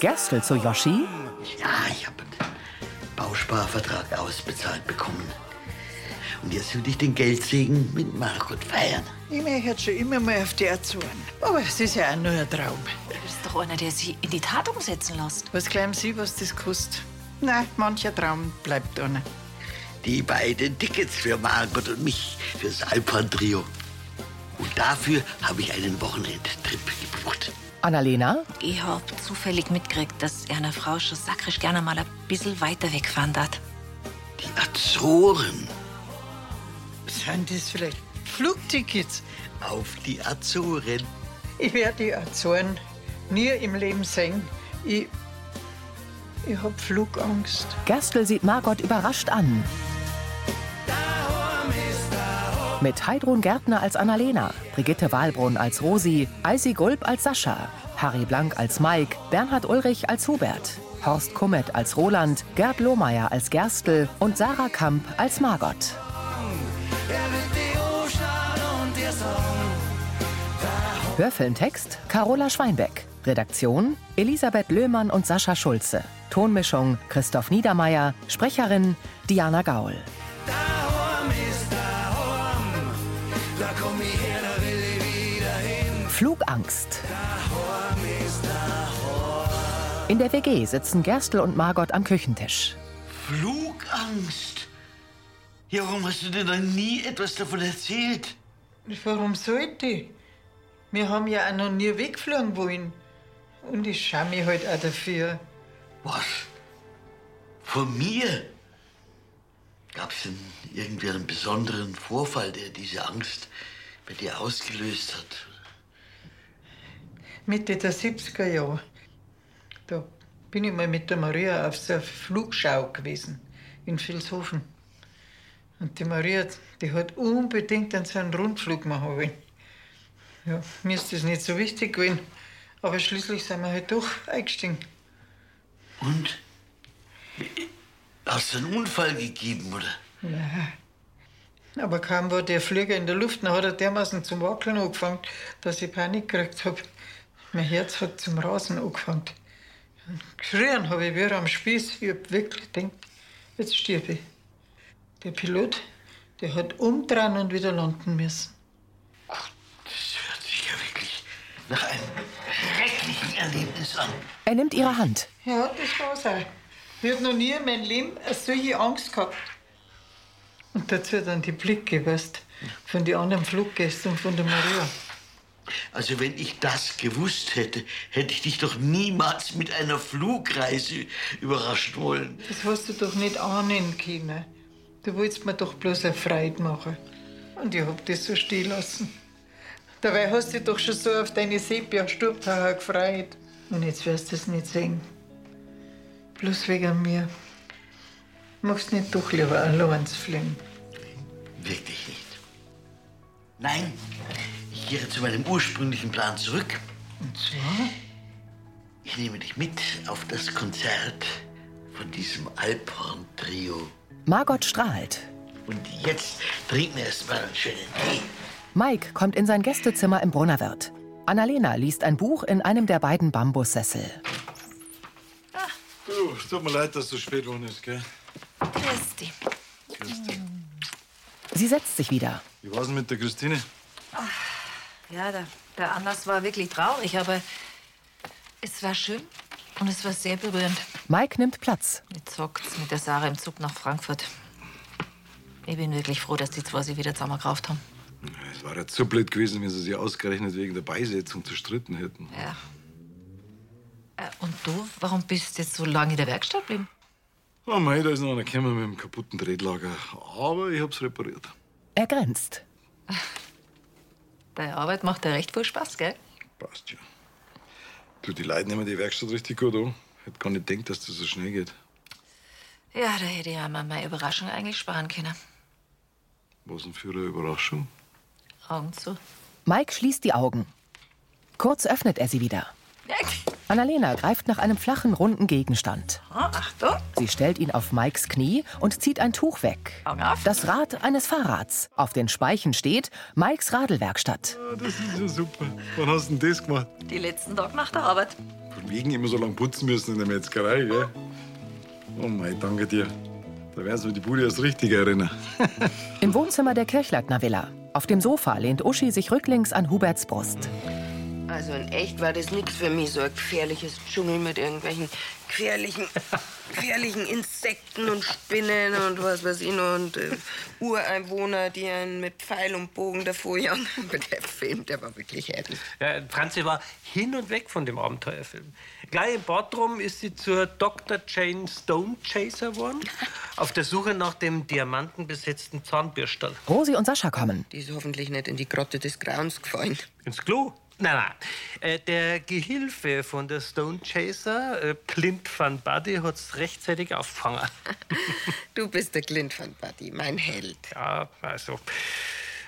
Gerstl zu Joschi? Ja, ich habe Bausparvertrag ausbezahlt bekommen. Und jetzt will ich den Geldsegen mit Margot feiern. Ich hätte schon immer mal auf die Azoren. Aber es ist ja auch nur ein Traum. Du bist doch einer, der sie in die Tat umsetzen lässt. Was glauben Sie, was das kostet? Nein, mancher Traum bleibt ohne. Die beiden Tickets für Margot und mich fürs Alpan-Trio. Und dafür habe ich einen Wochenendtrip gebucht. Annalena? Ich hab zufällig mitgekriegt, dass einer Frau schon sakrisch gerne mal ein bisschen weiter wegfahren hat. Die Azoren. Sind das vielleicht Flugtickets? Auf die Azoren. Ich werde die Azoren nie im Leben sehen. Ich, ich hab Flugangst. Gerstl sieht Margot überrascht an. Mit Heidrun Gärtner als Annalena, Brigitte Wahlbrunn als Rosi, Eisi Gulb als Sascha, Harry Blank als Mike, Bernhard Ulrich als Hubert, Horst Kummet als Roland, Gerd Lohmeier als Gerstl und Sarah Kamp als Margot. Hörfilmtext Carola Schweinbeck. Redaktion Elisabeth Löhmann und Sascha Schulze. Tonmischung Christoph Niedermeyer. Sprecherin Diana Gaul. Flugangst. In der WG sitzen Gerstl und Margot am Küchentisch. Flugangst? Ja, warum hast du denn noch nie etwas davon erzählt? Warum sollte ich? Wir haben ja auch noch nie wegfliegen wollen. Und ich schaue mich halt auch dafür. Was? Von mir? Gab es denn irgendwie einen besonderen Vorfall, der diese Angst bei dir ausgelöst hat? Mitte der 70er Jahre. Da bin ich mal mit der Maria auf so einer Flugschau gewesen in Vilshofen. Und die Maria, die hat unbedingt einen so einen Rundflug machen wollen. Ja, mir ist das nicht so wichtig gewesen. Aber schließlich sind wir halt doch eingestiegen. Und? Hast du einen Unfall gegeben, oder? Nein. Aber kaum war der Flieger in der Luft, dann hat er dermaßen zum Wackeln angefangen, dass ich Panik gekriegt habe. Mein Herz hat zum Rasen angefangen. Und geschrien habe ich wieder am Spieß. Ich hab wirklich gedacht, jetzt stirbe ich. Der Pilot, der hat umdrehen und wieder landen müssen. Das hört sich ja wirklich nach einem schrecklichen Erlebnis an. Er nimmt ihre Hand. Ja, das war's auch. Ich habe noch nie in meinem Leben eine solche Angst gehabt. Und dazu dann die Blicke, weißt von den anderen Fluggästen und von der Maria. Also wenn ich das gewusst hätte, hätte ich dich doch niemals mit einer Flugreise überraschen wollen. Das hast du doch nicht ahnen können. Du wolltest mir doch bloß eine Freude machen. Und ich hab das so stehen lassen. Dabei hast du dich doch schon so auf deine Sepia-Sturmtauer gefreut. Und jetzt wirst du es nicht sehen. Bloß wegen mir. Mach's nicht doch lieber allein zu fliegen. Wirklich nicht. Nein, ich kehre zu meinem ursprünglichen Plan zurück. Und zwar? Ich nehme dich mit auf das Konzert von diesem Alphorn-Trio. Margot strahlt. Und jetzt trinken wir erstmal einen schönen Tee. Mike kommt in sein Gästezimmer im Brunnerwirt. Annalena liest ein Buch in einem der beiden Bambussessel. Du, tut mir leid, dass du spät worden ist, gell? Christi. Sie setzt sich wieder. Wie war's denn mit der Christine? Ja, der, der Anlass war wirklich traurig, aber es war schön und es war sehr berührend. Mike nimmt Platz. Jetzt hockt's mit der Sarah im Zug nach Frankfurt. Ich bin wirklich froh, dass die zwei sich wieder zusammengerauft haben. Es war ja zu blöd gewesen, wenn sie sich ausgerechnet wegen der Beisetzung zerstritten hätten. Ja. Äh, Und du, warum bist du jetzt so lange in der Werkstatt geblieben? Oh mei, da ist noch einer gekommen mit einem kaputten Drehlager. Aber ich hab's repariert. Er grinst. Deine Arbeit macht ja recht viel Spaß, gell? Passt schon. Du, die Leute nehmen die Werkstatt richtig gut an. Hätte gar nicht gedacht, dass das so schnell geht. Ja, da hätte ich ja mal meine Überraschung eigentlich sparen können. Was denn für eine Überraschung? Augen zu. Mike schließt die Augen. Kurz öffnet er sie wieder. Annalena greift nach einem flachen, runden Gegenstand. Ah, Achtung. Sie stellt ihn auf Mikes Knie und zieht ein Tuch weg. Augen auf. Das Rad eines Fahrrads. Auf den Speichen steht Mikes Radlwerkstatt. Ah, das ist ja super. Wann hast du denn das gemacht? Die letzten Tage nach der Arbeit. Von wegen immer so lange putzen müssen in der Metzgerei, gell? Oh mein, danke dir. Da werden Sie mir die Bude erst richtig erinnern. Im Wohnzimmer der Kirchleitner Villa. Auf dem Sofa lehnt Uschi sich rücklings an Huberts Brust. Also in echt war das nichts für mich, so ein gefährliches Dschungel mit irgendwelchen gefährlichen, gefährlichen Insekten und Spinnen und was weiß ich noch und äh, Ureinwohner, die einen mit Pfeil und Bogen davor jagen. Aber der Film, der war wirklich heavy. Ja, Franzi war hin und weg von dem Abenteuerfilm. Gleich im Badrum ist sie zur Dr. Jane Stone Chaser geworden, auf der Suche nach dem diamantenbesetzten Zahnbürstel. Rosi und Sascha kommen. Die ist hoffentlich nicht in die Grotte des Grauens gefallen. Ins Klo? Nein, nein. Äh, Der Gehilfe von der Stone Chaser, äh, Clint van Buddy, hat es rechtzeitig aufgefangen. Du bist der Clint van Buddy, mein Held. Ja, also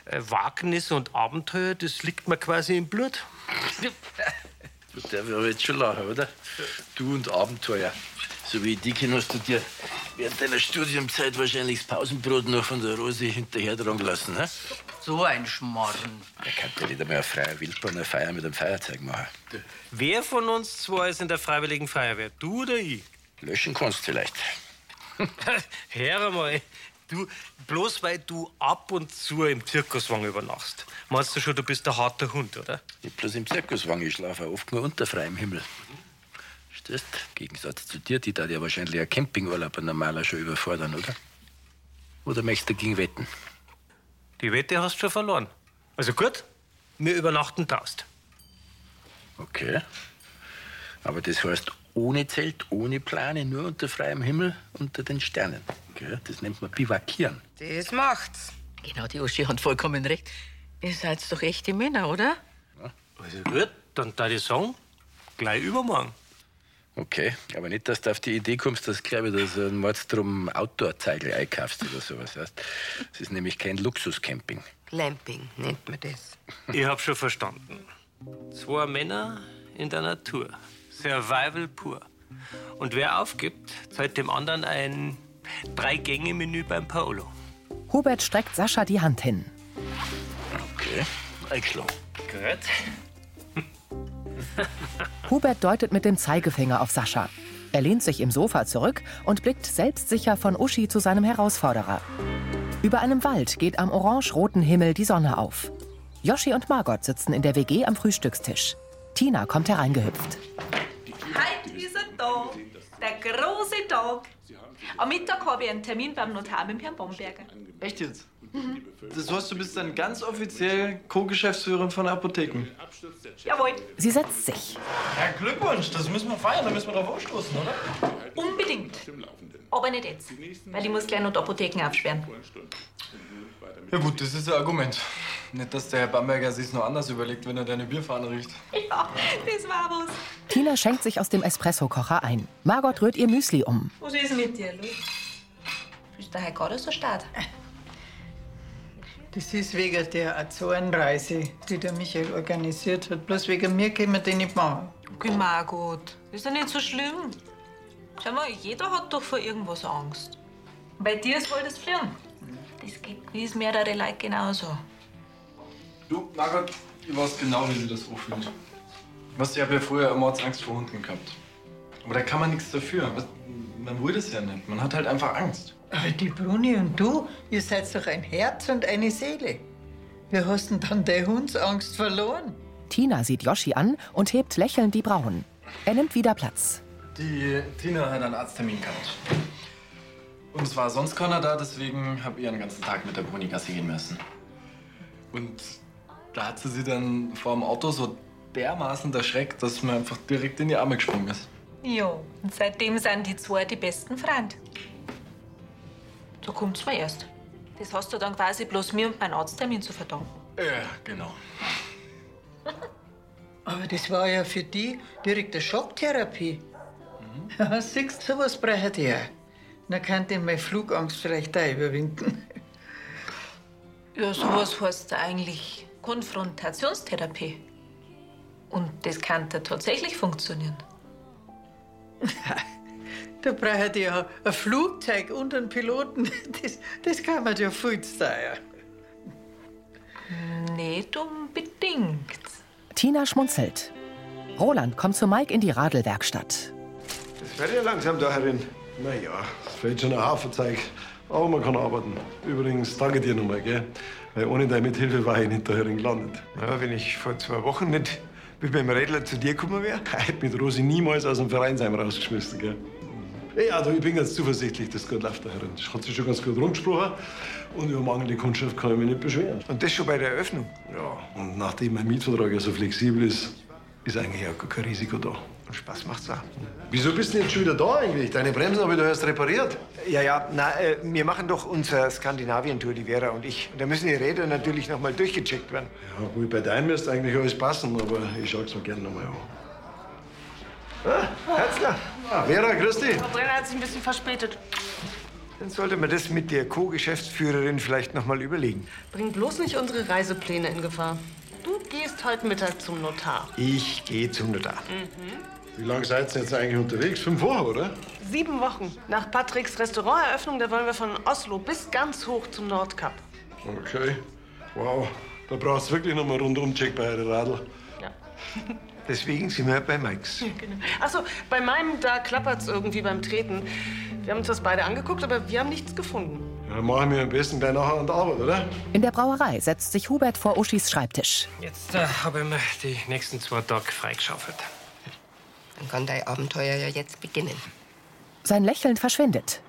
äh, Wagnis und Abenteuer, das liegt mir quasi im Blut. Da wir jetzt schon lachen, oder? Du und Abenteuer. So wie die hast du dir während deiner Studienzeit wahrscheinlich das Pausenbrot noch von der Rose hinterher tragen lassen, ne? So ein Schmarrn. Da könnte ja nicht einmal eine freie Wildbahn eine Feier mit einem Feuerzeug machen. Wer von uns zwei ist in der Freiwilligen Feuerwehr? Du oder ich? Löschen kannst du vielleicht. Hör mal, du, bloß weil du ab und zu im Zirkuswagen übernachst, meinst du schon, du bist ein harter Hund, oder? Nicht bloß im Zirkuswang, ich schlafe oft nur unter freiem Himmel. Stehst? Im Gegensatz zu dir, die da ja wahrscheinlich ein Campingurlaub ein normaler schon überfordern, oder? Oder möchtest du gegen wetten? Die Wette hast du schon verloren. Also gut, wir übernachten taust. Okay. Aber das heißt ohne Zelt, ohne Plane, nur unter freiem Himmel, unter den Sternen. Okay? Das nennt man Bivakieren. Das macht's. Genau, die Uschi hat vollkommen recht. Ihr seid doch echte Männer, oder? Also gut, dann da ich sagen, gleich übermorgen. Okay, aber nicht, dass du auf die Idee kommst, dass du wieder so einen Mordstrom Outdoor-Zeigel einkaufst oder sowas. Weißt? Es ist nämlich kein Luxuscamping. Glamping nennt man das. Ich hab schon verstanden. Zwei Männer in der Natur. Survival pur. Und wer aufgibt, zahlt dem anderen ein Drei-Gänge-Menü beim Paolo. Hubert streckt Sascha die Hand hin. Okay, eingeschlagen. Gut. Hubert deutet mit dem Zeigefinger auf Sascha. Er lehnt sich im Sofa zurück und blickt selbstsicher von Uschi zu seinem Herausforderer. Über einem Wald geht am orange-roten Himmel die Sonne auf. Joschi und Margot sitzen in der WG am Frühstückstisch. Tina kommt hereingehüpft. Heute ist er da, Halt der große Tag. Am Mittag habe ich einen Termin beim Notar mit Herrn Bomberger. Echt jetzt? Das heißt, du bist dann ganz offiziell Co-Geschäftsführerin von Apotheken. Jawohl, Sie setzt sich. Ja, Glückwunsch, das müssen wir feiern, da müssen wir drauf anstoßen, oder? unbedingt. Aber nicht jetzt, weil ich muss gleich noch die Apotheken absperren. Ja gut, das ist ein Argument. Nicht, dass der Herr Bamberger sich's noch anders überlegt, wenn er deine Bierfahne riecht. Ja, das war was. Tina schenkt sich aus dem Espressokocher ein. Margot rührt ihr Müsli um. Was ist mit dir los? Bist du heute gerade so stark? Das ist wegen der Azorenreise, die der Michael organisiert hat. Bloß wegen mir können wir den nicht machen. Okay, Ah, Margot, ist doch nicht so schlimm. Schau mal, jeder hat doch vor irgendwas Angst. Bei dir ist wohl das Fliegen. Das geht wie es mehrere Leute genauso. Du, Margot, ich weiß genau, wie sie das anfühlt. Weißt du, ich habe ja früher immer Angst vor Hunden gehabt. Aber da kann man nichts dafür. Was- Man will das ja nicht. Man hat halt einfach Angst. Aber die Bruni und du, ihr seid doch ein Herz und eine Seele. Wir hast denn dann der Hundsangst verloren? Tina sieht Joschi an und hebt lächelnd die Brauen. Er nimmt wieder Platz. Die Tina hat einen Arzttermin gehabt. Und es war sonst keiner da, deswegen habe ich einen ganzen Tag mit der Bruni Gassi gehen müssen. Und da hat sie sie dann vor dem Auto so dermaßen erschreckt, dass man einfach direkt in die Arme gesprungen ist. Ja, und seitdem sind die zwei die besten Freunde. So kommt's mir erst. Das hast du dann quasi bloß mir und meinen Arzttermin zu verdanken. Ja, genau. Aber das war ja für die direkte Schocktherapie. Ja, siehst du, sowas braucht ihr. Dann kann den meine Flugangst vielleicht da überwinden. Ja, sowas heißt eigentlich Konfrontationstherapie. Und das kann da tatsächlich funktionieren. Da braucht ja ein Flugzeug und einen Piloten. Das, das kann man ja viel zu teuer. Nicht unbedingt. Tina schmunzelt. Roland kommt zu Mike in die Radelwerkstatt. Es wird ja langsam da herin. Naja, es fehlt schon ein Haufen Zeug. Aber man kann arbeiten. Übrigens, danke dir nochmal, gell? Weil ohne deine Mithilfe war ich nicht da herin gelandet. Ja, wenn ich vor zwei Wochen nicht mit meinem Rädler zu dir gekommen wäre, hätte mit Rosi niemals aus dem Vereinsheim rausgeschmissen, gell? Ja, aber ich bin ganz zuversichtlich, dass es gut läuft da herin. Das hat sich schon ganz gut rumgesprochen. Und über mangelnde Kundschaft kann ich mich nicht beschweren. Und das schon bei der Eröffnung? Ja, und nachdem mein Mietvertrag ja so flexibel ist, ist eigentlich auch gar kein Risiko da. Und Spaß macht's auch. Wieso bist du denn jetzt schon wieder da eigentlich? Deine Bremsen habe ich doch erst repariert. Ja, ja, na, äh, wir machen doch unsere Skandinavien-Tour, die Vera und ich. Und da müssen die Räder natürlich nochmal durchgecheckt werden. Ja, wohl bei deinem müsste eigentlich alles passen, aber ich schaue es mir gerne nochmal an. Ah, Herzler. Ah, Vera, grüß dich. Frau Brenner hat sich ein bisschen verspätet. Dann sollte man das mit der Co-Geschäftsführerin vielleicht nochmal überlegen. Bring bloß nicht unsere Reisepläne in Gefahr. Du gehst heute Mittag zum Notar. Ich gehe zum Notar. Mhm. Wie lange seid ihr jetzt eigentlich unterwegs? Fünf Wochen, oder? Sieben Wochen. Nach Patricks Restauranteröffnung, da wollen wir von Oslo bis ganz hoch zum Nordkap. Okay. Wow. Da brauchst du wirklich nochmal Rundumcheck bei eurer Radl. Ja. Deswegen sind wir bei Mike's. Achso, bei meinem, da klappert's irgendwie beim Treten. Wir haben uns das beide angeguckt, aber wir haben nichts gefunden. Ja, dann machen wir am besten gleich nachher an der Arbeit, oder? In der Brauerei setzt sich Hubert vor Uschis Schreibtisch. Jetzt äh, habe ich mir die nächsten zwei Tage freigeschaufelt. Dann kann dein Abenteuer ja jetzt beginnen. Sein Lächeln verschwindet.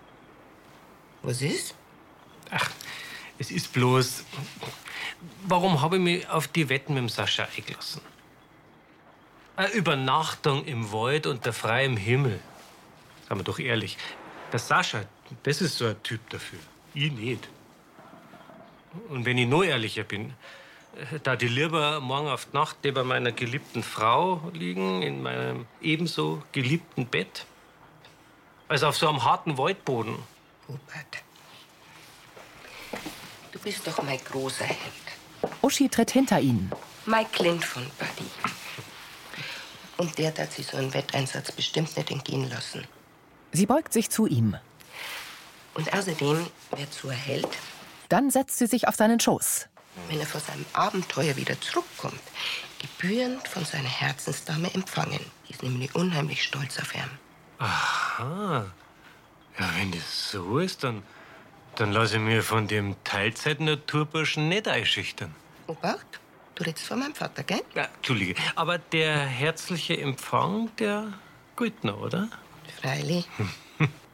Was ist? Es ist bloß. Warum habe ich mich auf die Wetten mit dem Sascha eingelassen? Eine Übernachtung im Wald unter freiem Himmel. Sagen wir doch ehrlich, der Sascha, das ist so ein Typ dafür. Ich nicht. Und wenn ich noch ehrlicher bin, äh, da die lieber morgen auf die Nacht neben meiner geliebten Frau liegen, in meinem ebenso geliebten Bett, als auf so einem harten Waldboden. Du bist doch mein großer Held. Uschi tritt hinter ihn. Mike Lind von Buddy. Und der hat sich so einen Wetteinsatz bestimmt nicht entgehen lassen. Sie beugt sich zu ihm. Und außerdem, wer zur Held, Dann setzt sie sich auf seinen Schoß. wenn er von seinem Abenteuer wieder zurückkommt, gebührend von seiner Herzensdame empfangen. Die ist nämlich unheimlich stolz auf ihn. Aha. Ja, wenn das so ist, dann, dann lasse ich mir von dem Teilzeit-Naturburschen nicht einschüchtern. Obacht, Oh, du redest von meinem Vater, gell? Ja, Entschuldige. Aber der herzliche Empfang, der gilt noch, oder? Freilich.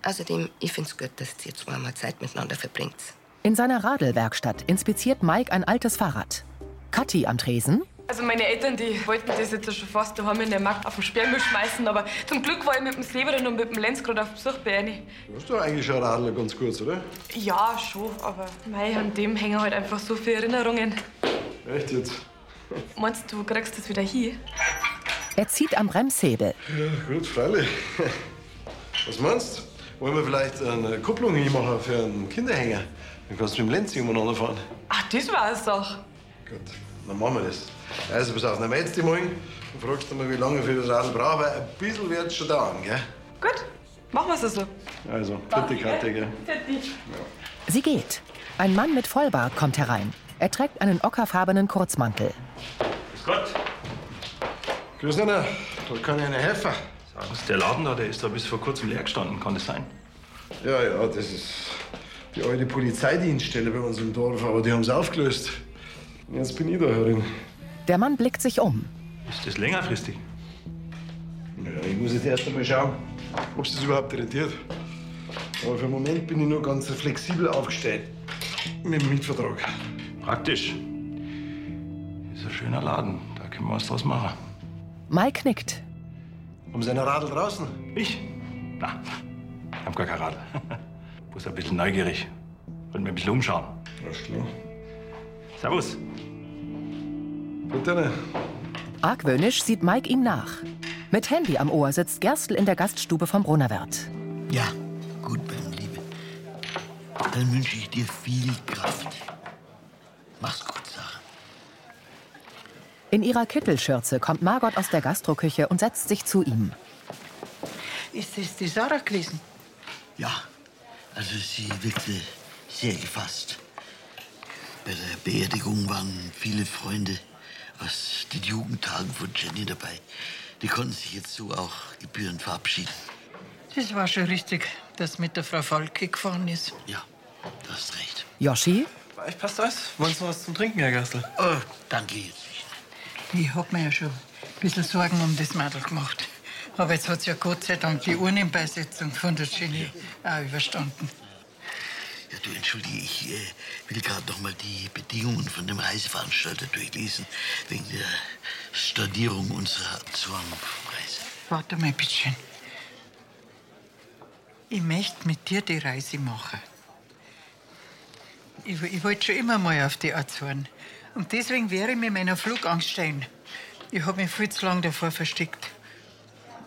Außerdem, ich find's gut, dass ihr zweimal Zeit miteinander verbringt. In seiner Radelwerkstatt inspiziert Mike ein altes Fahrrad. Kathi am Tresen. Also meine Eltern, die wollten das jetzt schon fast daheim in der Markt auf den Sperrmüll schmeißen, aber zum Glück war ich mit dem Severin und mit dem Lenz gerade auf Besuch bei einer. Du hast doch eigentlich schon einen Radler ganz kurz, oder? Ja, schon, aber mei, an dem hängen halt einfach so viele Erinnerungen. Echt jetzt? Meinst du, du kriegst das wieder hin? Er zieht am Bremshebel. Ja, gut, freilich. Was meinst du? Wollen wir vielleicht eine Kupplung hinmachen für einen Kinderhänger? Dann kannst du mit dem Lenz umeinander fahren. Ach, das war eine Sache. Dann machen wir das. Also pass auf, dann meldest du dich morgen und fragst du mal, wie lange ich für das Radl brauche. weil Ein bisschen wird's schon dauern, gell? Gut, machen wir es so. Also, bitte Karte, gell? Sie geht. Ein Mann mit Vollbart kommt herein. Er trägt einen ockerfarbenen Kurzmantel. Grüß Gott. Grüß dich, da kann ich Ihnen helfen. Sagen Sie, der Laden da, der ist da bis vor kurzem leer gestanden, kann das sein? Ja, ja, das ist die alte Polizeidienststelle bei uns im Dorf, aber die haben's aufgelöst. Und Jetzt bin ich da herin. Der Mann blickt sich um. Ist das längerfristig? Ja, ich muss jetzt erst einmal schauen, ob es das überhaupt rentiert. Aber für den Moment bin ich nur ganz flexibel aufgestellt. Mit dem Mietvertrag. Praktisch. Ist ein schöner Laden, da können wir was draus machen. Mike nickt. Haben Sie ein Radl draußen? Ich? Na, ich hab gar kein Radl. Bloß ein bisschen neugierig. Wollt mir ein bisschen umschauen. Alles klar. Servus. Bitte. Argwöhnisch sieht Mike ihm nach. Mit Handy am Ohr sitzt Gerstl in der Gaststube vom Brunnerwirt. Ja, gut, mein Lieben. Dann wünsche ich dir viel Kraft. Mach's gut, Sarah. In ihrer Kittelschürze kommt Margot aus der Gastroküche und setzt sich zu ihm. Ist das die Sarah gewesen? Ja, also sie wirkte sehr gefasst. Bei der Beerdigung waren viele Freunde aus den Jugendtagen von Jenny dabei. Die konnten sich jetzt so auch gebührend verabschieden. Das war schon richtig, dass mit der Frau Falke gefahren ist. Ja, du hast recht. Yoshi? Ich passt alles. Wollen Sie noch was zum Trinken, Herr Gerstl? Oh, danke jetzt. Ich hab mir ja schon ein bisschen Sorgen um das Mädel gemacht. Aber jetzt hat ja Gott sei Dank die Urnenbeisetzung von der Jenny auch überstanden. Ja, du entschuldige, ich äh, will gerade noch mal die Bedingungen von dem Reiseveranstalter durchlesen, wegen der Stornierung unserer Zornreise. Warte mal, bitteschön. Ich möchte mit dir die Reise machen. Ich, ich wollte schon immer mal auf die Azoren. Und deswegen wäre ich mit meiner Flugangst stehen. Ich habe mich viel zu lange davor versteckt.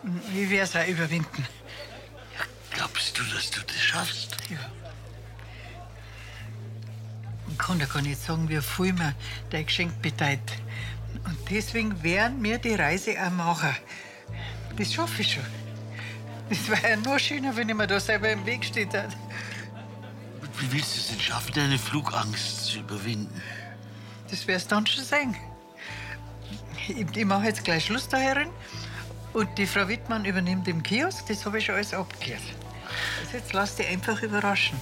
Und ich werde es auch überwinden. Glaubst du, dass du das schaffst? Ja. Ich kann dir gar nicht sagen, wie viel mir dein Geschenk bedeutet. Und deswegen werden wir die Reise auch machen. Das schaffe ich schon. Das wäre ja nur schöner, wenn ich mir da selber im Weg steht. Wie willst du es denn schaffen, deine Flugangst zu überwinden? Das wär's dann schon sein. Ich, ich mache jetzt gleich Schluss da herin. Und die Frau Wittmann übernimmt im Kiosk. Das habe ich schon alles abgeklärt. Also jetzt lass dich einfach überraschen.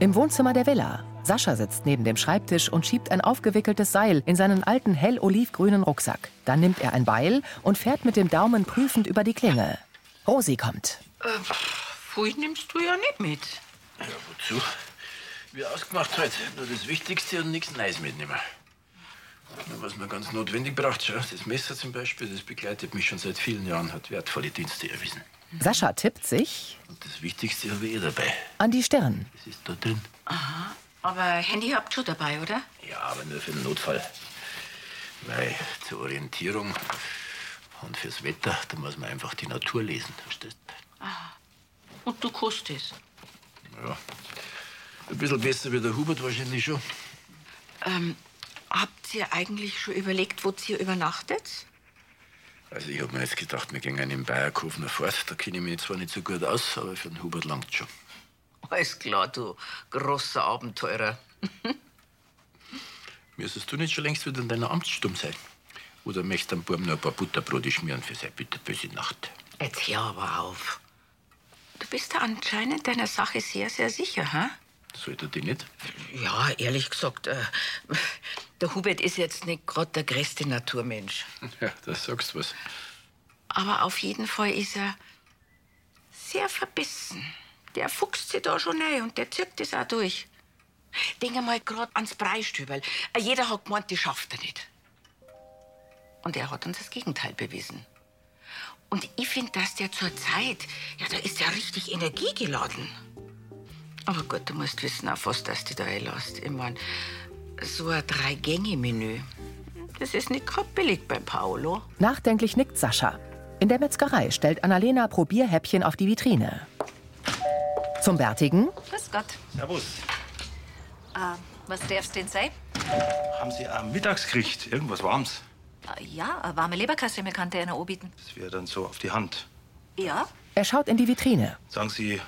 Im Wohnzimmer der Villa. Sascha sitzt neben dem Schreibtisch und schiebt ein aufgewickeltes Seil in seinen alten hell olivgrünen Rucksack. Dann nimmt er ein Beil und fährt mit dem Daumen prüfend über die Klinge. Rosi kommt. Äh, Pfui nimmst du ja nicht mit. Wozu? Wie ausgemacht heute. Nur das Wichtigste und nichts Neues mitnehmen. Nur was man ganz notwendig braucht, schau, das Messer zum Beispiel, das begleitet mich schon seit vielen Jahren, hat wertvolle Dienste erwiesen. Sascha tippt sich Und das Wichtigste habe ich eh dabei. an die Stirn. Das ist da drin. Aha. Aber Handy habt ihr schon dabei, oder? Ja, aber nur für den Notfall. Weil zur Orientierung und fürs Wetter, da muss man einfach die Natur lesen, verstehst Aha. Und du kannst es. Ja. Ein bisschen besser wie der Hubert wahrscheinlich schon. Ähm, habt ihr eigentlich schon überlegt, wo ihr übernachtet? Also ich habe mir jetzt gedacht, wir gehen in Bayerkofener Fort. Da kenne ich mich zwar nicht so gut aus, aber für den Hubert langt schon. Alles klar, du großer Abenteurer. Müsstest du nicht schon längst wieder in deiner Amtsstumm sein? Oder möchtest du dem Buben noch ein paar Butterbrote schmieren für seine bitterböse Nacht? Jetzt hör aber auf. Du bist da anscheinend deiner Sache sehr, sehr sicher, hä? Sollte die nicht? Ja, ehrlich gesagt, äh, der Hubert ist jetzt nicht gerade der größte Naturmensch. Ja, da sagst du was. Aber auf jeden Fall ist er sehr verbissen. Der fuchst sich da schon rein und der zirkt das auch durch. Denk mal gerade ans Breistüberl. Jeder hat gemeint, die schafft er nicht. Und er hat uns das Gegenteil bewiesen. Und ich finde, dass der zur Zeit, ja, da ist ja richtig Energie geladen. Aber gut, du musst wissen, auf was das die da einlässt. Ich mein, so ein Drei-Gänge-Menü, das ist nicht gerade billig bei Paolo. Nachdenklich nickt Sascha. In der Metzgerei stellt Annalena Probierhäppchen auf die Vitrine. Zum Bärtigen? Grüß Gott. Servus. Ah, was darf's denn sein? Haben Sie am Mittagsgericht irgendwas Warmes? Ah, ja, eine warme Leberkasse, mir kann der einer anbieten. Das wäre dann so auf die Hand. Ja? Er schaut in die Vitrine. Sagen Sie,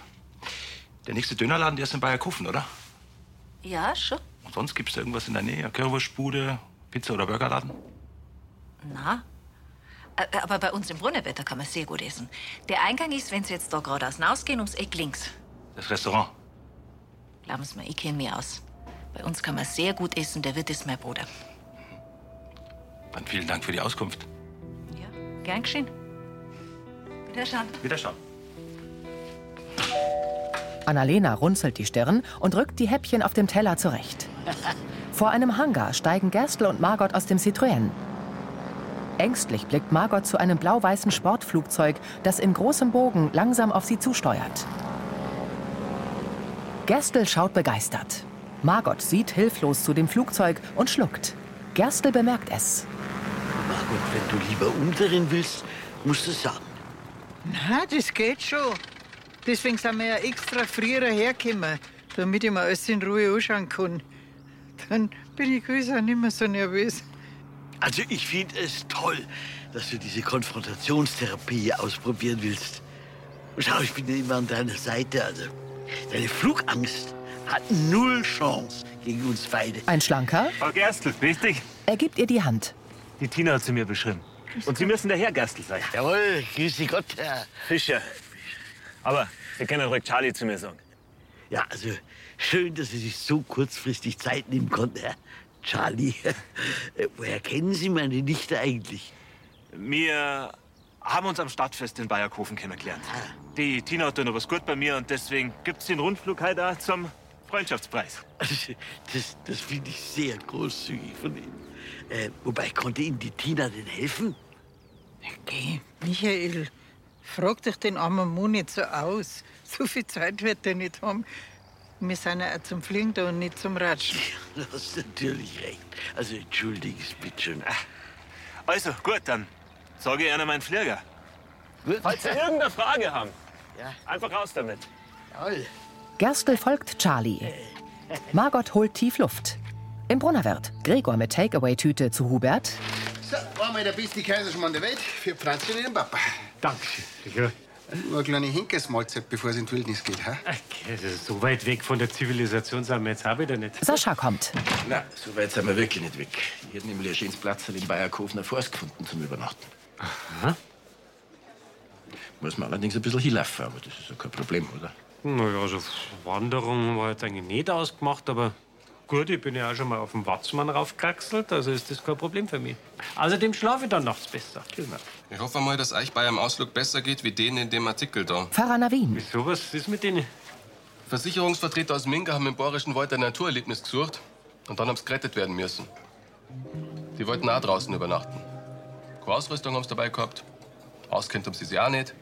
der nächste Dönerladen, der ist in Bayerkofen, oder? Ja, schon. Und sonst gibt's da irgendwas in der Nähe? Eine Currywurstbude, Pizza- oder Burgerladen? Na. Äh, Aber bei uns im Brunnerwetter kann man sehr gut essen. Der Eingang ist, wenn Sie jetzt da geradeaus hinausgehen, ums Eck links. Das Restaurant. Glauben Sie mir, ich kenne mich aus. Bei uns kann man sehr gut essen, der Wirt ist mein Bruder. Dann vielen Dank für die Auskunft. Gern geschehen. Wiederschauen. Wiederschauen. Annalena runzelt die Stirn und rückt die Häppchen auf dem Teller zurecht. Vor einem Hangar steigen Gerstl und Margot aus dem Citroën. Ängstlich blickt Margot zu einem blau-weißen Sportflugzeug, das in großem Bogen langsam auf sie zusteuert. Gerstl schaut begeistert. Margot sieht hilflos zu dem Flugzeug und schluckt. Gerstl bemerkt es. Margot, wenn du lieber umdrehen willst, musst du sagen. Na, das geht schon. Deswegen sind wir ja extra früher hergekommen, damit ich mir alles in Ruhe anschauen kann. Dann bin ich gewiss auch nicht mehr so nervös. Also ich finde es toll, dass du diese Konfrontationstherapie ausprobieren willst. Schau, ich bin ja immer an deiner Seite. Also deine Flugangst hat null Chance gegen uns beide. Ein Schlanker? Frau Gerstl, richtig? Er gibt ihr die Hand. Die Tina hat sie mir beschrieben. Und Sie müssen der Herr Gerstl sein. Jawohl, grüße Gott, Herr. Fischer. Aber Sie können ruhig Charlie zu mir sagen. Ja, also schön, dass Sie sich so kurzfristig Zeit nehmen konnten, Herr Charlie. Äh, Woher kennen Sie meine Nichte eigentlich? Wir haben uns am Stadtfest in Bayerkofen kennengelernt. Ah. Die Tina hat da noch was gut bei mir und deswegen gibt's den Rundflug heute auch zum Freundschaftspreis. Das, das finde ich sehr großzügig von Ihnen. Äh, wobei, konnte Ihnen die Tina denn helfen? Geh, Michael, frag dich den armen Mann nicht so aus. So viel Zeit wird er nicht haben. Wir sind ja auch zum Fliegen da und nicht zum Ratschen. Du hast natürlich recht. Also entschuldige es bitte schon. Ah. Also, gut, dann sage ich Ihnen meinen Flieger. Falls Sie irgendeine Frage haben, einfach raus damit. Jawohl. Gerstl folgt Charlie. Margot holt tief Luft. Im Brunnerwirt. Gregor mit Takeaway-Tüte zu Hubert. So, einmal der beste Kaiserschmarrn der Welt für Franz und ihren Papa. Dankeschön. Ja. Nur eine kleine Henkersmahlzeit, bevor es in die Wildnis geht. Ha? Also so weit weg von der Zivilisation sind wir jetzt auch wieder nicht. Sascha kommt. Na, so weit sind wir wirklich nicht weg. Ich hätte nämlich ein schönes Platz in Bayerkofener Forst gefunden zum Übernachten. Aha. Muss man allerdings ein bisschen hinlaufen, aber das ist ja kein Problem, oder? Naja, also Wanderung war jetzt eigentlich nicht ausgemacht, aber gut, ich bin ja auch schon mal auf den Watzmann raufgekraxelt, also ist das kein Problem für mich. Außerdem schlafe ich dann nachts besser. Genau. Ich hoffe mal, dass euch bei einem Ausflug besser geht wie denen in dem Artikel da. Pfarrer Navin. Wieso, was ist mit denen? Versicherungsvertreter aus Minga haben im Bayerischen Wald ein Naturerlebnis gesucht und dann haben sie gerettet werden müssen. Die wollten auch draußen übernachten. Keine Ausrüstung haben sie dabei gehabt. Auskennt haben sie sich auch nicht.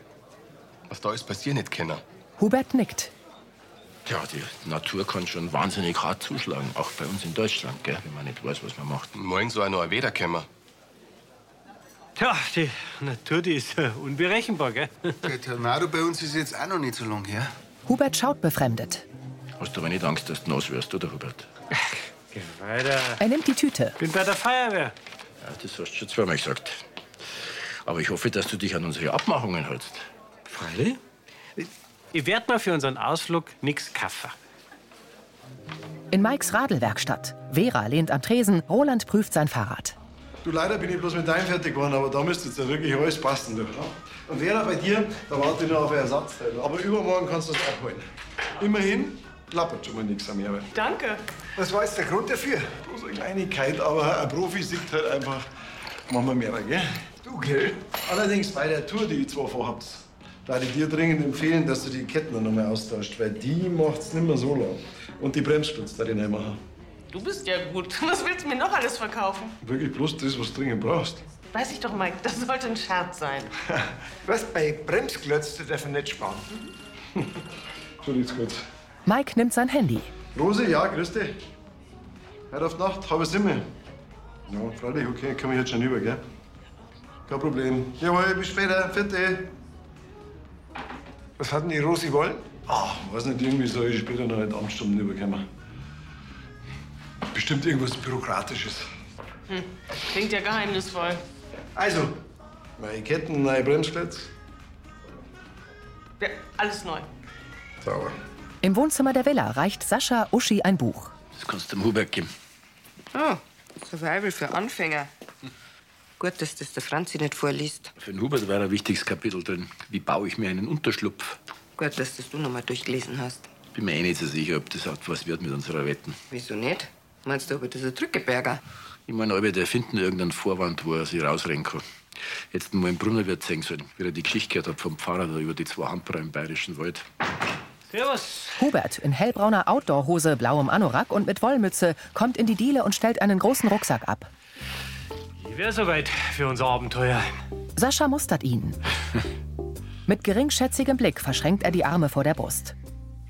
Was da alles passiert nicht kennen. Hubert nickt. Tja, die Natur kann schon wahnsinnig hart zuschlagen, auch bei uns in Deutschland, gell, wenn man nicht weiß, was man macht. Morgen soll noch ein Weder kommen. Tja, die Natur, die ist äh, unberechenbar, gell? Der Tornado bei uns ist jetzt auch noch nicht so lang her. Hubert schaut befremdet. Hast du aber nicht Angst, dass du nass wirst, oder, Hubert? Geh weiter. Er nimmt die Tüte. Bin bei der Feuerwehr. Ja, das hast du schon zweimal gesagt. Aber ich hoffe, dass du dich an unsere Abmachungen hältst. Freilich? Ich werde mal für unseren Ausflug nix kaufen. In Mikes Radlwerkstatt. Vera lehnt am Tresen, Roland prüft sein Fahrrad. Du, leider bin ich bloß mit deinem fertig geworden, aber da müsste jetzt ja wirklich alles passen. Du. Und wäre bei dir, da warte ich noch auf ein Ersatzteil. Aber übermorgen kannst du es abholen. Immerhin klappert schon mal nichts am Erbe. Danke. Was war jetzt der Grund dafür? Bloß eine Kleinigkeit, aber ein Profi sieht halt einfach, machen wir mehr, gell? Du, gell? Allerdings bei der Tour, die ihr zwei vorhabt, da ich dir dringend empfehlen, dass du die Ketten noch mal austauscht, weil die macht's nicht mehr so lang. Und die Bremsspitze da die nicht mehr haben. Du bist ja gut. Was willst du mir noch alles verkaufen? Wirklich bloß das, was du dringend brauchst. Weiß ich doch, Mike, das sollte ein Scherz sein. Was bei Bremsklötz, du darfst nicht sparen. Entschuldigung, kurz. Mike nimmt sein Handy. Rose, ja, grüß dich. Heute auf die Nacht, halbe Simme. Ja, freilich, okay, kann mich jetzt schon über, gell? Kein Problem. Jawohl, bis später, vierte. Was hat denn die Rosi wollen? Ach, Ah, weiß nicht, irgendwie soll ich später noch eine Amtsstunden überkommen. Bestimmt irgendwas Bürokratisches. Hm. Klingt ja geheimnisvoll. Also, neue Ketten, neue Bremsklötz. Ja, alles neu. Sauber. Im Wohnzimmer der Villa reicht Sascha Uschi ein Buch. Das kannst du dem Hubert geben. Oh, Survival für Anfänger. Gut, dass das der Franzi nicht vorliest. Für den Hubert war ein wichtiges Kapitel drin. Wie baue ich mir einen Unterschlupf? Gut, dass das du nochmal durchgelesen hast. Bin mir eh nicht so sicher, ob das hat was wird mit unserer Wetten. Wieso nicht? Meinst du aber dieser Drückeberger? Ich meine, Albert, der finden irgendeinen Vorwand, wo er sich rausrennen kann. Jetzt mal im Brunnerwirt sehen sollen, wie er die Geschichte gehört hat vom Pfarrer da über die zwei Handbrecher im Bayerischen Wald. Servus. Hubert in hellbrauner Outdoorhose, blauem Anorak und mit Wollmütze kommt in die Diele und stellt einen großen Rucksack ab. Ich wäre soweit für unser Abenteuer. Sascha mustert ihn. Mit geringschätzigem Blick verschränkt er die Arme vor der Brust.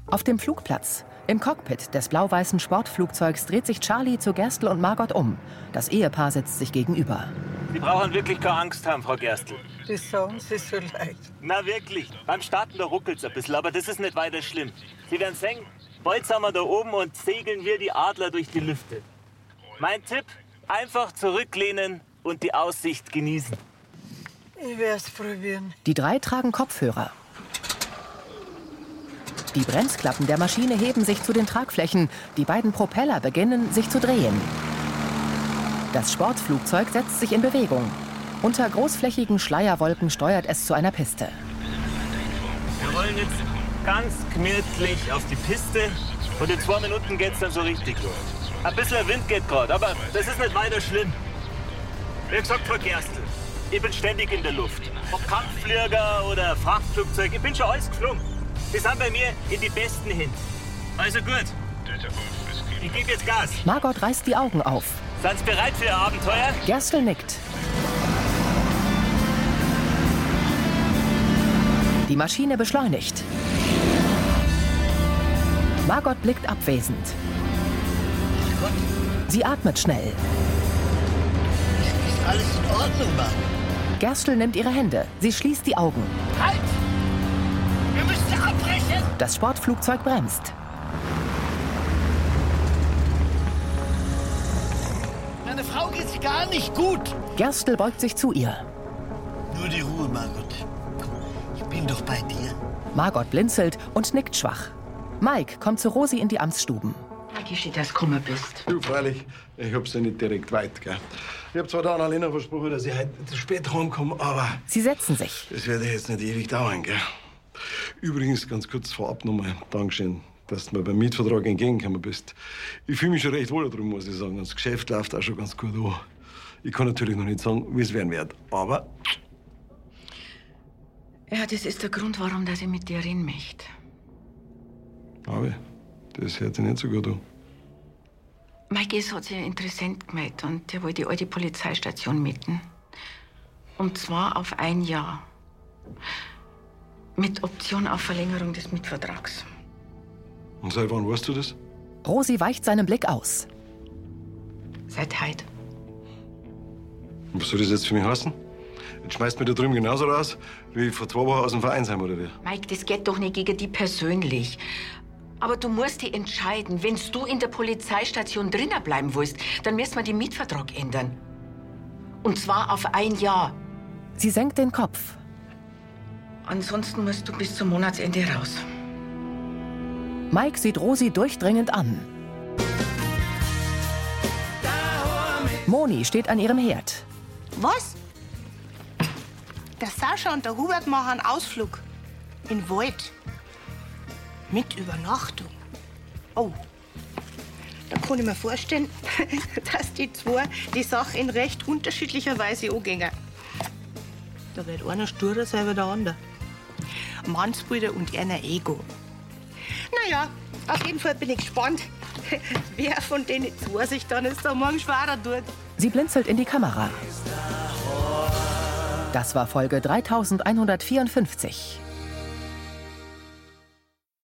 Auf dem Flugplatz, im Cockpit des blau-weißen Sportflugzeugs, dreht sich Charlie zu Gerstl und Margot um. Das Ehepaar sitzt sich gegenüber. Sie brauchen wirklich keine Angst haben, Frau Gerstl. Das sagen sie so leicht. Na wirklich, beim Starten da ruckelt's ein bisschen, aber das ist nicht weiter schlimm. Sie werden sehen, bald sind wir da oben und segeln wir die Adler durch die Lüfte. Mein Tipp, einfach zurücklehnen und die Aussicht genießen. Ich werd's probieren. Die drei tragen Kopfhörer. Die Bremsklappen der Maschine heben sich zu den Tragflächen. Die beiden Propeller beginnen sich zu drehen. Das Sportflugzeug setzt sich in Bewegung. Unter großflächigen Schleierwolken steuert es zu einer Piste. Wir rollen jetzt ganz gemütlich auf die Piste und in zwei Minuten geht's dann so richtig los. Ein bisschen Wind geht gerade, aber das ist nicht weiter schlimm. Wie gesagt, Frau Gerstl, ich bin ständig in der Luft. Ob Kampfflieger oder Frachtflugzeug, ich bin schon alles geflogen. Die sind bei mir in die Besten hin. Also gut. Ich gebe jetzt Gas. Margot reißt die Augen auf. Sind Sie bereit für Ihr Abenteuer? Gerstl nickt. Die Maschine beschleunigt. Margot blickt abwesend. Sie atmet schnell. Ist alles in Ordnung, Mann? Gerstl nimmt ihre Hände. Sie schließt die Augen. Halt! Wir müssen abbrechen! Das Sportflugzeug bremst. Meine Frau geht's gar nicht gut. Gerstl beugt sich zu ihr. Nur die Ruhe, Margot. Ich bin doch bei dir. Margot blinzelt und nickt schwach. Mike kommt zu Rosi in die Amtsstuben. Geschieht, dass du gekommen bist. Du, freilich. Ich hab's ja nicht direkt weit, gell. Ich hab zwar der Annalena versprochen, dass ich heute zu spät heimkomme, aber... Sie setzen sich. Das wird ja jetzt nicht ewig dauern, gell. Übrigens, ganz kurz vorab nochmal, Dankeschön, dass du mir beim Mietvertrag entgegengekommen bist. Ich fühle mich schon recht wohl darum, muss ich sagen. Das Geschäft läuft auch schon ganz gut an. Ich kann natürlich noch nicht sagen, wie es werden wird, aber... Ja, das ist der Grund, warum dass ich mit dir reden möchte. Aber das hört sich nicht so gut an. Mein Ges hat sich ein Interessent gemeldet und der wollte die alte Polizeistation mieten. Und zwar auf ein Jahr. Mit Option auf Verlängerung des Mietvertrags. Und seit wann weißt du das? Rosi weicht seinem Blick aus. Seit heute. Und was soll das jetzt für mich heißen? Jetzt schmeißt mir da drüben genauso raus, wie vor zwei Wochen aus dem Vereinsheim, oder wie? Mike, das geht doch nicht gegen die persönlich. Aber du musst dich entscheiden. Wenn du in der Polizeistation drinnen bleiben willst, dann müssen wir den Mietvertrag ändern. Und zwar auf ein Jahr. Sie senkt den Kopf. Ansonsten musst du bis zum Monatsende raus. Mike sieht Rosi durchdringend an. Moni steht an ihrem Herd. Was? Der Sascha und der Hubert machen einen Ausflug. In den Wald. Mit Übernachtung. Oh, da kann ich mir vorstellen, dass die zwei die Sache in recht unterschiedlicher Weise angehen. Da wird einer sturer sein wie der andere. Mannsbrüder und einer Ego. Naja, auf jeden Fall bin ich gespannt, wer von denen zwei sich dann jetzt am Morgen schwerer tut. Sie blinzelt in die Kamera. Das war Folge 3154.